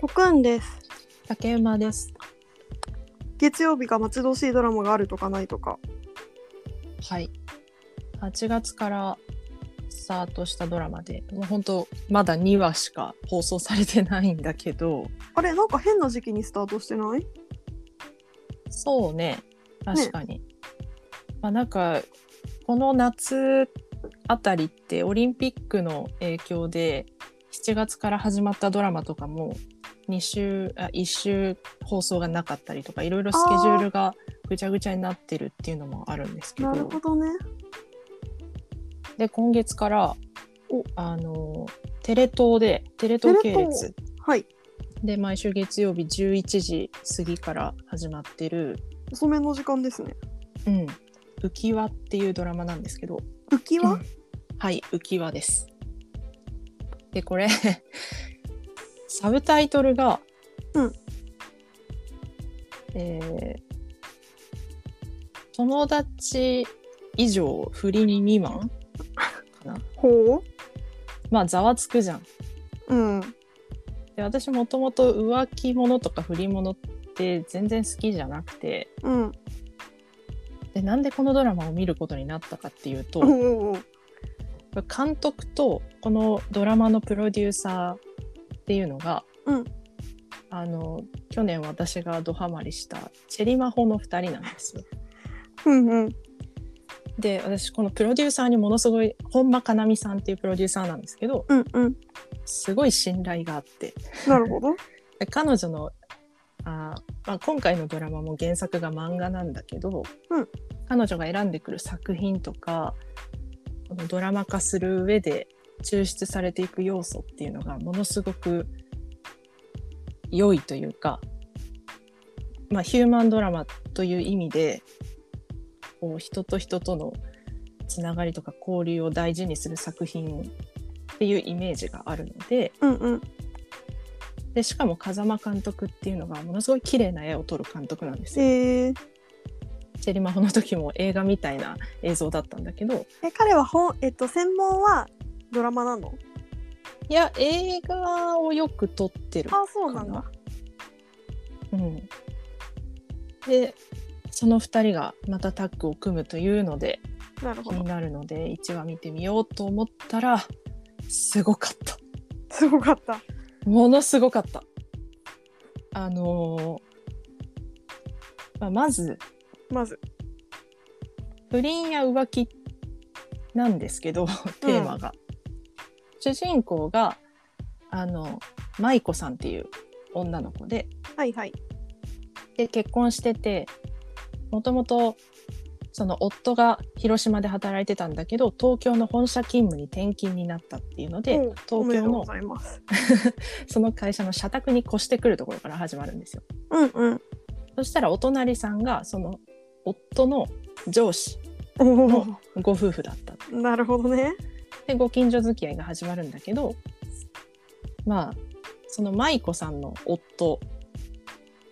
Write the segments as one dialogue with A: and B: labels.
A: コクーンです。
B: 竹馬です。
A: 月曜日が待ち遠しいドラマがあるとかないとか。
B: はい。8月からスタートしたドラマで、もう本当まだ2話しか放送されてないんだけど、
A: あれなんか変な時期にスタートしてない
B: そうね、確かに。まあなんかこの夏あたりってオリンピックの影響で7月から始まったドラマとかも2週あ1週放送がなかったりとかいろいろスケジュールがぐちゃぐちゃになってるっていうのもあるんですけ
A: なるほどね。
B: で今月から
A: お
B: あのテレ東でテレ東系列
A: はい。
B: で毎週月曜日11時過ぎから始まってる
A: 遅めの時間ですね。
B: 「うん、浮輪」っていうドラマなんですけど
A: 浮き輪、
B: うんはい浮輪です。でこれ サブタイトルが、
A: うん
B: えー友達以上不倫未満かな
A: ほ
B: まあざわつくじゃん。
A: ううん。
B: で私もともと浮気者とか不倫者って全然好きじゃなくて
A: うん。
B: でなんでこのドラマを見ることになったかっていうと、
A: おう
B: こ
A: おうおう
B: れ監督とこのドラマのプロデューサーっていうのが、
A: うん
B: あの去年私がドハマりしたチェリマホの2人なんですよ。
A: うんうん。
B: で私このプロデューサーにものすごい本間かなみさんっていうプロデューサーなんですけど
A: うんうん。
B: すごい信頼があって
A: なるほど。
B: で彼女のあー、まあ、今回のドラマも原作が漫画なんだけど、
A: うん
B: 彼女が選んでくる作品とかこのドラマ化する上で抽出されていく要素っていうのがものすごく良いというか、まあ、ヒューマンドラマという意味でこう人と人とのつながりとか交流を大事にする作品っていうイメージがあるので、
A: うんうん。
B: でしかも風間監督っていうのがものすごい綺麗な絵を撮る監督なんですよ。
A: えー、
B: チェリマホの時も映画みたいな映像だったんだけど
A: え、彼は本、えっと、専門はドラマなの
B: いや映画をよく撮ってるか
A: あ、そう
B: な。
A: なんだ。
B: うん、でその2人がまたタッグを組むというので
A: なる
B: 気
A: ほど
B: に。なるので1話見てみようと思ったらすごかった。
A: すごかった。
B: ものすごかった。あのーまあ、まず
A: まず。
B: 不倫や浮気なんですけど テーマが、主人公があの舞子さんっていう女の子で
A: はいはい。
B: で結婚しててもともとその夫が広島で働いてたんだけど東京の本社勤務に転勤になったっていうので、
A: おうお
B: 東
A: めで
B: 京
A: とうご
B: の
A: ざいます。
B: その会社の社宅に越してくるところから始まるんですよ。
A: うんうん。
B: そしたらお隣さんがその夫の上司
A: お
B: ご夫婦だったっていう
A: お。なるほどね。
B: でご近所付き合いが始まるんだけどまあその舞子さんの夫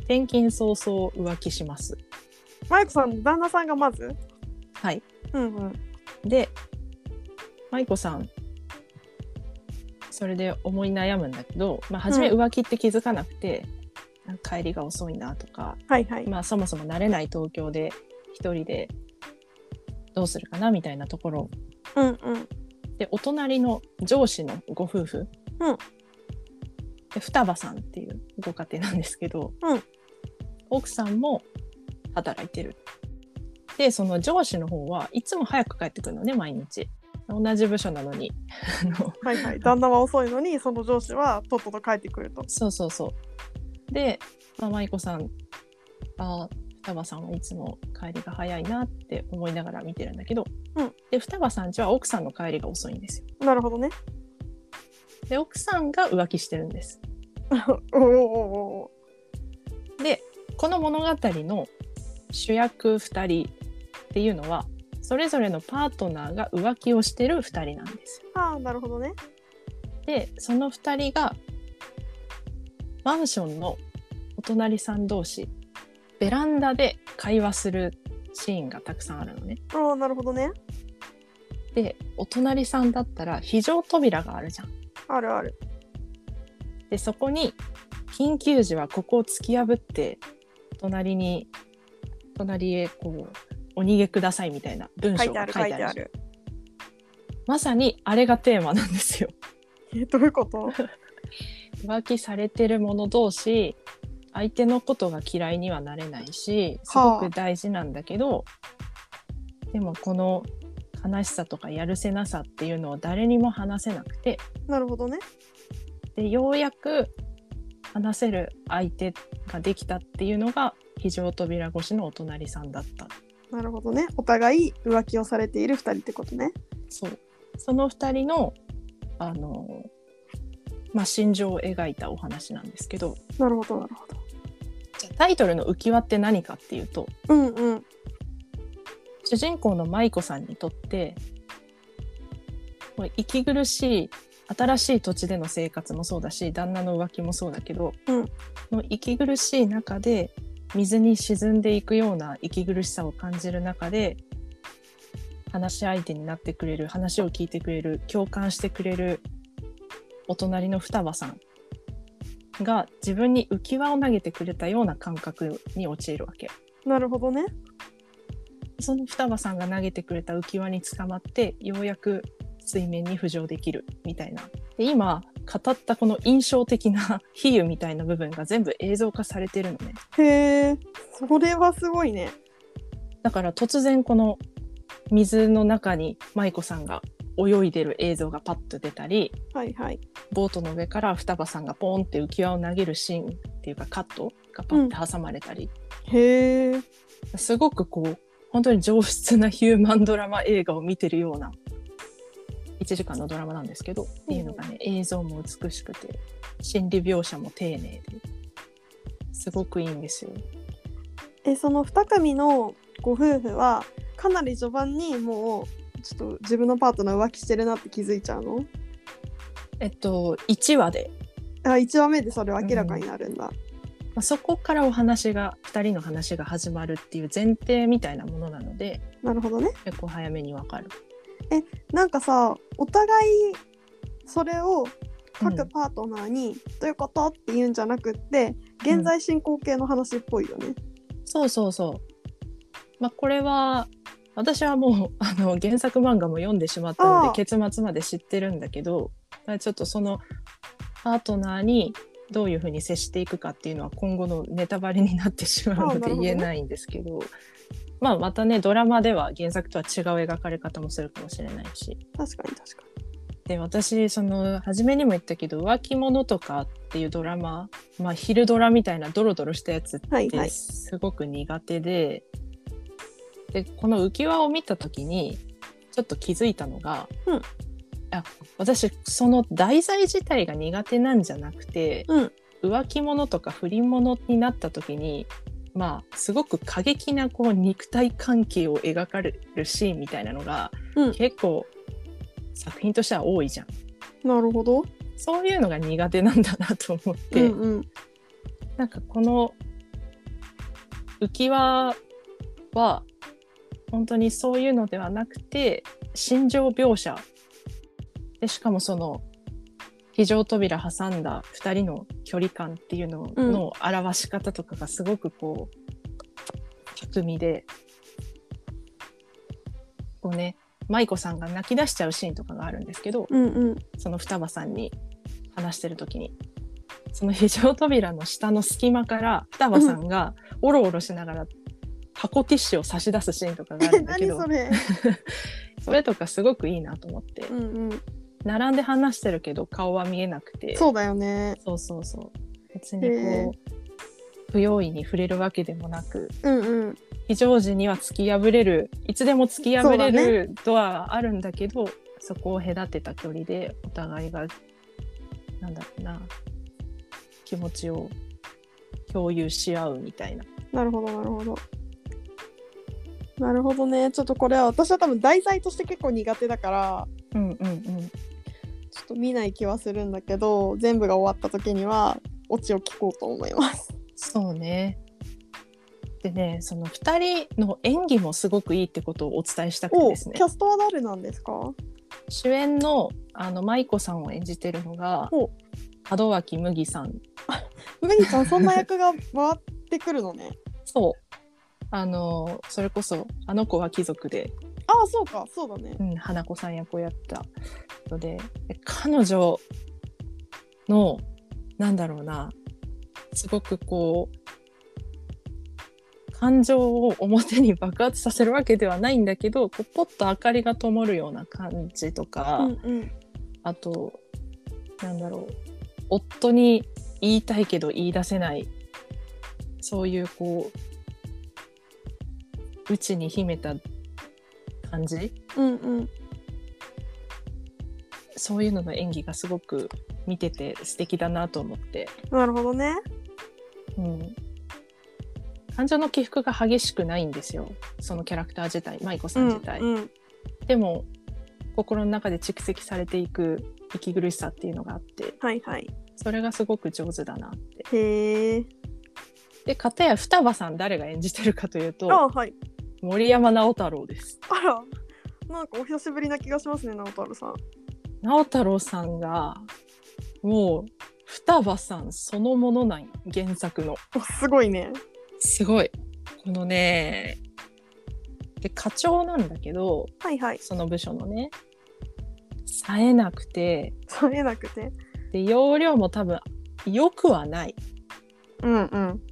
B: 転勤早々浮気します。
A: マイクさん、旦那さんがまず。
B: はい、
A: うんうん。
B: で舞子さんそれで思い悩むんだけど、まあ、初め
A: う
B: 浮気って気づかなくて、なんか帰りが遅いなとか、
A: はいはい。
B: まあ、そもそも慣れない東京で一人でどうするかなみたいなところ
A: うんうん。
B: でお隣の上司のご夫婦、
A: うん
B: で双葉さんっていうご家庭なんですけど、
A: うん
B: 奥さんも働いてるでその上司の方はいつも早く帰ってくるのね毎日同じ部署なのに あの
A: はいはい、旦那は遅いのにその上司はとっとと帰ってくると。
B: そうそうそうで、まあ、舞子さんあ双葉さんはいつも帰りが早いなって思いながら見てるんだけど、
A: うん
B: で双葉さんちは奥さんの帰りが遅いんですよ
A: なるほどね。
B: で奥さんが浮気してるんです
A: おおおお
B: でこの物語の主役2人っていうのはそれぞれのパートナーが浮気をしてる2人なんですよ。
A: ああなるほどね。
B: でその2人がマンションのお隣さん同士ベランダで会話するシーンがたくさんあるのね。
A: おおなるほどね。
B: でお隣さんだったら非常扉があるじゃん。
A: あるある。
B: でそこに緊急時はここを突き破って隣に隣へこうお逃げくださいみたいな文
A: 書い
B: 章
A: てあ
B: が
A: る
B: 書
A: 書
B: い
A: い
B: て
A: て
B: あ
A: あ
B: る
A: る
B: まさにあれがテーマなんですよ。
A: えどういうこと
B: 浮気されてる者同士相手のことが嫌いにはなれないしすごく大事なんだけど、でもこの悲しさとかやるせなさっていうのを誰にも話せなくて
A: なるほどね
B: でようやく話せる相手ができたっていうのが非常扉越しのお隣さんだった
A: なるほどねお互い浮気をされている2人ってことね
B: そうその2人のあの、まあ、心情を描いたお話なんですけど
A: なるほどなるほど
B: じゃあタイトルの「浮き輪」って何かっていうと
A: うんうん
B: 主人公の舞子さんにとってもう息苦しい新しい土地での生活もそうだし旦那の浮気もそうだけど、
A: うん
B: の息苦しい中で水に沈んでいくような息苦しさを感じる中で話し相手になってくれる話を聞いてくれる共感してくれるお隣の双葉さんが自分に浮き輪を投げてくれたような感覚に陥るわけ。
A: なるほどね
B: その双葉さんが投げてくれた浮き輪に捕まってようやく水面に浮上できるみたいな。で今語ったこの印象的な 比喩みたいな部分が全部映像化されてるのね。
A: へえそれはすごいね
B: だから突然この水の中に舞子さんが泳いでる映像がパッと出たり
A: はいはい
B: ボートの上から双葉さんがポーンって浮き輪を投げるシーンっていうかカットがパッて挟まれたり、
A: へえ
B: すごくこう本当に上質なヒューマンドラマ映画を見てるような1時間のドラマなんですけど、っていうのがね映像も美しくて心理描写も丁寧ですごくいいんですよ。
A: えその2組のご夫婦はかなり序盤にもうちょっと自分のパートナー浮気してるなって気づいちゃうの
B: えっと1話で、
A: あ1話目でそれ明らかになるんだ、
B: まあ、そこからお話が2人の話が始まるっていう前提みたいなものなので
A: なるほどね
B: 結構早めにわかる。
A: なんかさお互いそれを
B: う
A: 各
B: ん
A: パートナーに「どういうこと?」って言うんじゃなくって現在進行形の話っぽいよね。
B: そうそうそう。まあこれは私はもう あの原作漫画も読んでしまった
A: あ
B: の
A: あ
B: で結末まで知ってるんだけどまあちょっとそのパートナーにどういうふうに接していくかっていうのは今後のネタバレになってしま
A: ああ
B: う
A: な
B: の
A: る
B: で
A: ほどね
B: 言えないんですけどまあまたねドラマでは原作とは違う描かれ方もするかもしれないし
A: 確かに確か
B: で私その初めにも言ったけど「浮気者とか」っていうドラマまあ昼ドラみたいなドロドロしたやつ
A: に。はい
B: っ
A: は
B: て
A: い。
B: すごく苦手で,、でこの浮き輪を見た時にちょっと気づいたのが、
A: うん
B: あ私その題材自体が苦手なんじゃなくて、
A: うん
B: 浮気者とか不倫者になった時にまあすごく過激なこう肉体関係を描かれるシーンみたいなのが、
A: うん
B: 結構作品としては多いじゃん。
A: なるほど。
B: そういうのが苦手なんだなと思っ
A: う
B: て、
A: んうん。
B: なんかこの浮き輪は本当にそういうのではなくて心情描写でしかもその非常扉挟んだ2人の距離感っていうの
A: うん
B: の表し方とかがすごくこう巧みでこうね舞子さんが泣き出しちゃうシーンとかがあるんですけど、
A: うんうん。
B: その双葉さんに話してる時にその非常扉の下の隙間から双葉さんがおろおろしながら箱ティッシュを差し出すシーンとかがあ
A: え
B: るんだけ
A: 何
B: ど
A: それ。
B: それとかすごくいいなと思って
A: うん うん。
B: 並んで話してるけど顔は見えなくて
A: そうだよね。
B: そうそうそう別に
A: へー
B: こう不用意に触れるわけでもなく
A: うんうん。
B: 非常時には突き破れるいつでも突き破れるドアはあるんだけどそこを隔てた距離でお互いがなんだろうな気持ちを共有し合うみたいな。
A: なるほどなるほど。なるほどね。ちょっとこれは私は多分題材として結構苦手だから。
B: うんうんうん、
A: ちょっと見ない気はするんだけど全部が終わった時にはオチを聞こうと思います。
B: そうねでねその2人の演技もすごくいいってことをお伝えしたくて
A: お、
B: ですね
A: キャストは誰なんですか？
B: 主演のあの舞子さんを演じてるのが
A: お
B: 門脇麦さん
A: 麦ちゃんそんな役が回ってくるのね
B: そうあのそれこそ「あの子は貴族で」
A: ああそうかそうだね
B: うん、花子さん役をやったのでえ彼女のなんだろうなすごくこう感情を表に爆発させるわけではないんだけどこうポッと明かりが灯るような感じとか、
A: うんうん
B: あとなんだろう夫に言いたいけど言い出せないそういうこう内に秘めた感じ
A: うんうん
B: そういうのの演技がすごく見てて素敵だなと思って、
A: なるほどね
B: うん、感情の起伏が激しくないんですよそのキャラクター自体舞子さん自体、
A: うんうん
B: でも心の中で蓄積されていく息苦しさっていうのがあって
A: はいはい
B: それがすごく上手だなって
A: へえ
B: で片や双葉さん誰が演じてるかというと
A: あはい
B: 森山直太朗です
A: あらなんかお久しぶりな気がしますね直太朗さん
B: 直太朗さんがもう双葉さんそのものなんよ原作の
A: おすごいね
B: すごい。このね、で、課長なんだけど、
A: はいはい
B: その部署のね、冴えなくて、
A: 冴えなくて
B: で、容量も多分、良くはない。
A: うんうん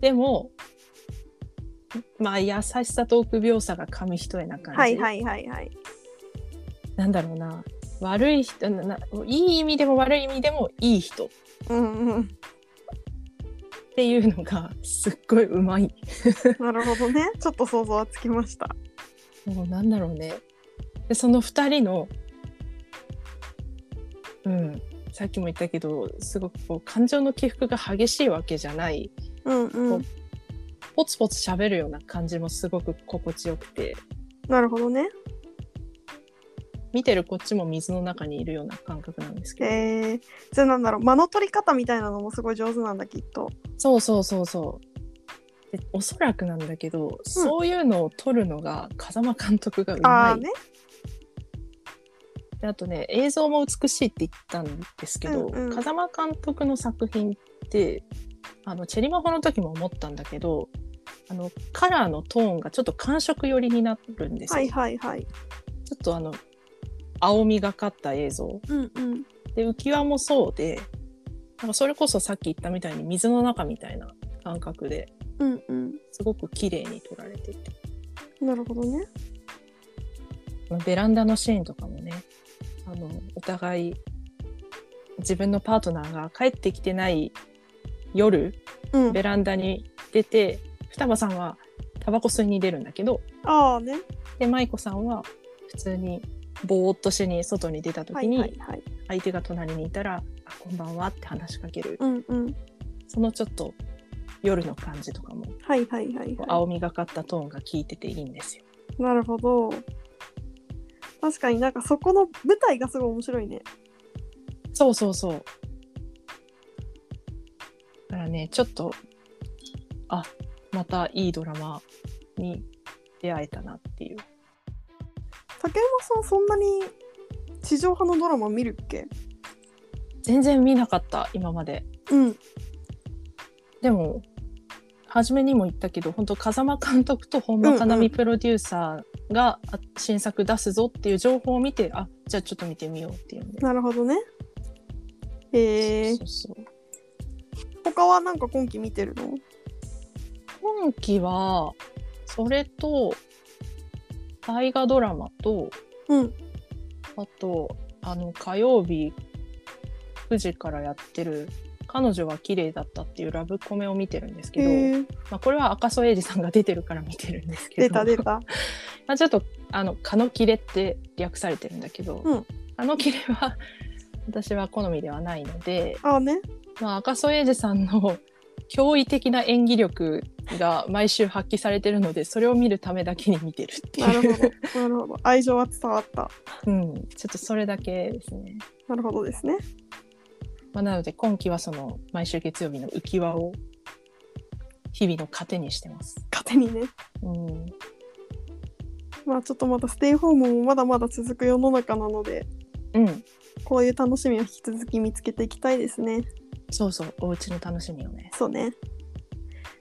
B: でも、まあ、優しさと臆病さが紙一重な感じ。
A: はいはいはいはい
B: なんだろうな。悪い人な、ないい意味でも悪い意味でもいい人っ
A: うんうん
B: ていうのがすっごいうまい。
A: なるほどねちょっと想像はつきました
B: もうなんだろうね。でその2人の、うん、さっきも言ったけどすごくこう感情の起伏が激しいわけじゃない
A: うんうん
B: ポツポツ喋るような感じもすごく心地よくて
A: なるほどね
B: 見てるこっちも水の中にいるような感覚なんですけど、
A: へえじゃあなんだろう間の取り方みたいなのもすごい上手なんだきっと
B: そうそうそうそうでおそらくなんだけど、そういうのを撮るのが風間監督がう
A: あ
B: ま
A: あ
B: い
A: ね
B: であとね映像も美しいって言ったんですけど、
A: うんうん
B: 風間監督の作品ってあのチェリマホの時も思ったんだけどあのカラーのトーンがちょっと寒色寄りになるんですよ、
A: はいはいはい
B: ちょっとあの青みがかった映像
A: うんうん
B: で浮き輪もそうでなんかそれこそさっき言ったみたいに水の中みたいな感覚で
A: うんうん
B: すごく綺麗に撮られてて
A: なるほどね
B: あのベランダのシーンとかもねあのお互い自分のパートナーが帰ってきてない夜
A: うん
B: ベランダに出て双葉さんはタバコ吸いに出るんだけど
A: ああね
B: で舞子さんは普通にぼーっとしに外に出た
A: は
B: 時
A: いは
B: に
A: いはい
B: 相手が隣にいたら「あこんばんは」って話しかける
A: うんうん
B: そのちょっと夜の感じとかも
A: はいはいはい
B: こう
A: は
B: 青みがかったトーンが効いてていいんですよ。
A: いなるほど確かになんかそこの舞台がすごい面白いね
B: そうそうそう。だからね、ちょっと、あ、またいいドラマに出会えたなっていう。
A: 竹山さんそんなに地上波のドラマ見るっけ
B: 全然見なかった、今まで。
A: うん
B: でも、初めにも言ったけど、本当風間監督と本間かな
A: うんう
B: み
A: ん
B: プロデューサーが、あ新作出すぞっていう情報を見て、あ、じゃあちょっと見てみようっていうんで。
A: なるほどねへえ
B: そうそう
A: 他はなんか今期見てるの
B: 今期は、それと、大河ドラマと、
A: うん
B: あと、あの、火曜日9時からやってる、彼女は綺麗だったっていうラブコメを見てるんですけど、
A: へえ
B: まあ、これは赤楚衛二さんが出てるから見てるんですけど、
A: 出た出 た
B: まあちょっと、あの、蚊の切れって略されてるんだけど、
A: うん
B: 蚊の切れは私は好みではないので、
A: ああね
B: まあ、赤楚衛二さんの驚異的な演技力が毎週発揮されてるので、それを見るためだけに見てるっていう。
A: なるほど。なるほど。愛情は伝わった。
B: うん、ちょっとそれだけですね。
A: なるほどですね。
B: まあ、なので今期はその毎週月曜日の浮き輪を日々の糧にしてます。
A: 勝手にね。
B: うん、
A: まあちょっとまたステイホームもまだまだ続く世の中なので、
B: うん、
A: こういう楽しみは引き続き見つけていきたいですね。
B: そうそうお家の楽しみをね
A: そうね。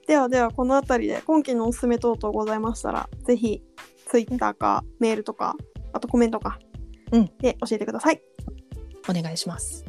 A: ではではこの辺りで今期のおすすめ等々ございましたらぜひ Twitter かメールとかあとコメントか、
B: うん
A: で教えてください。
B: お願いします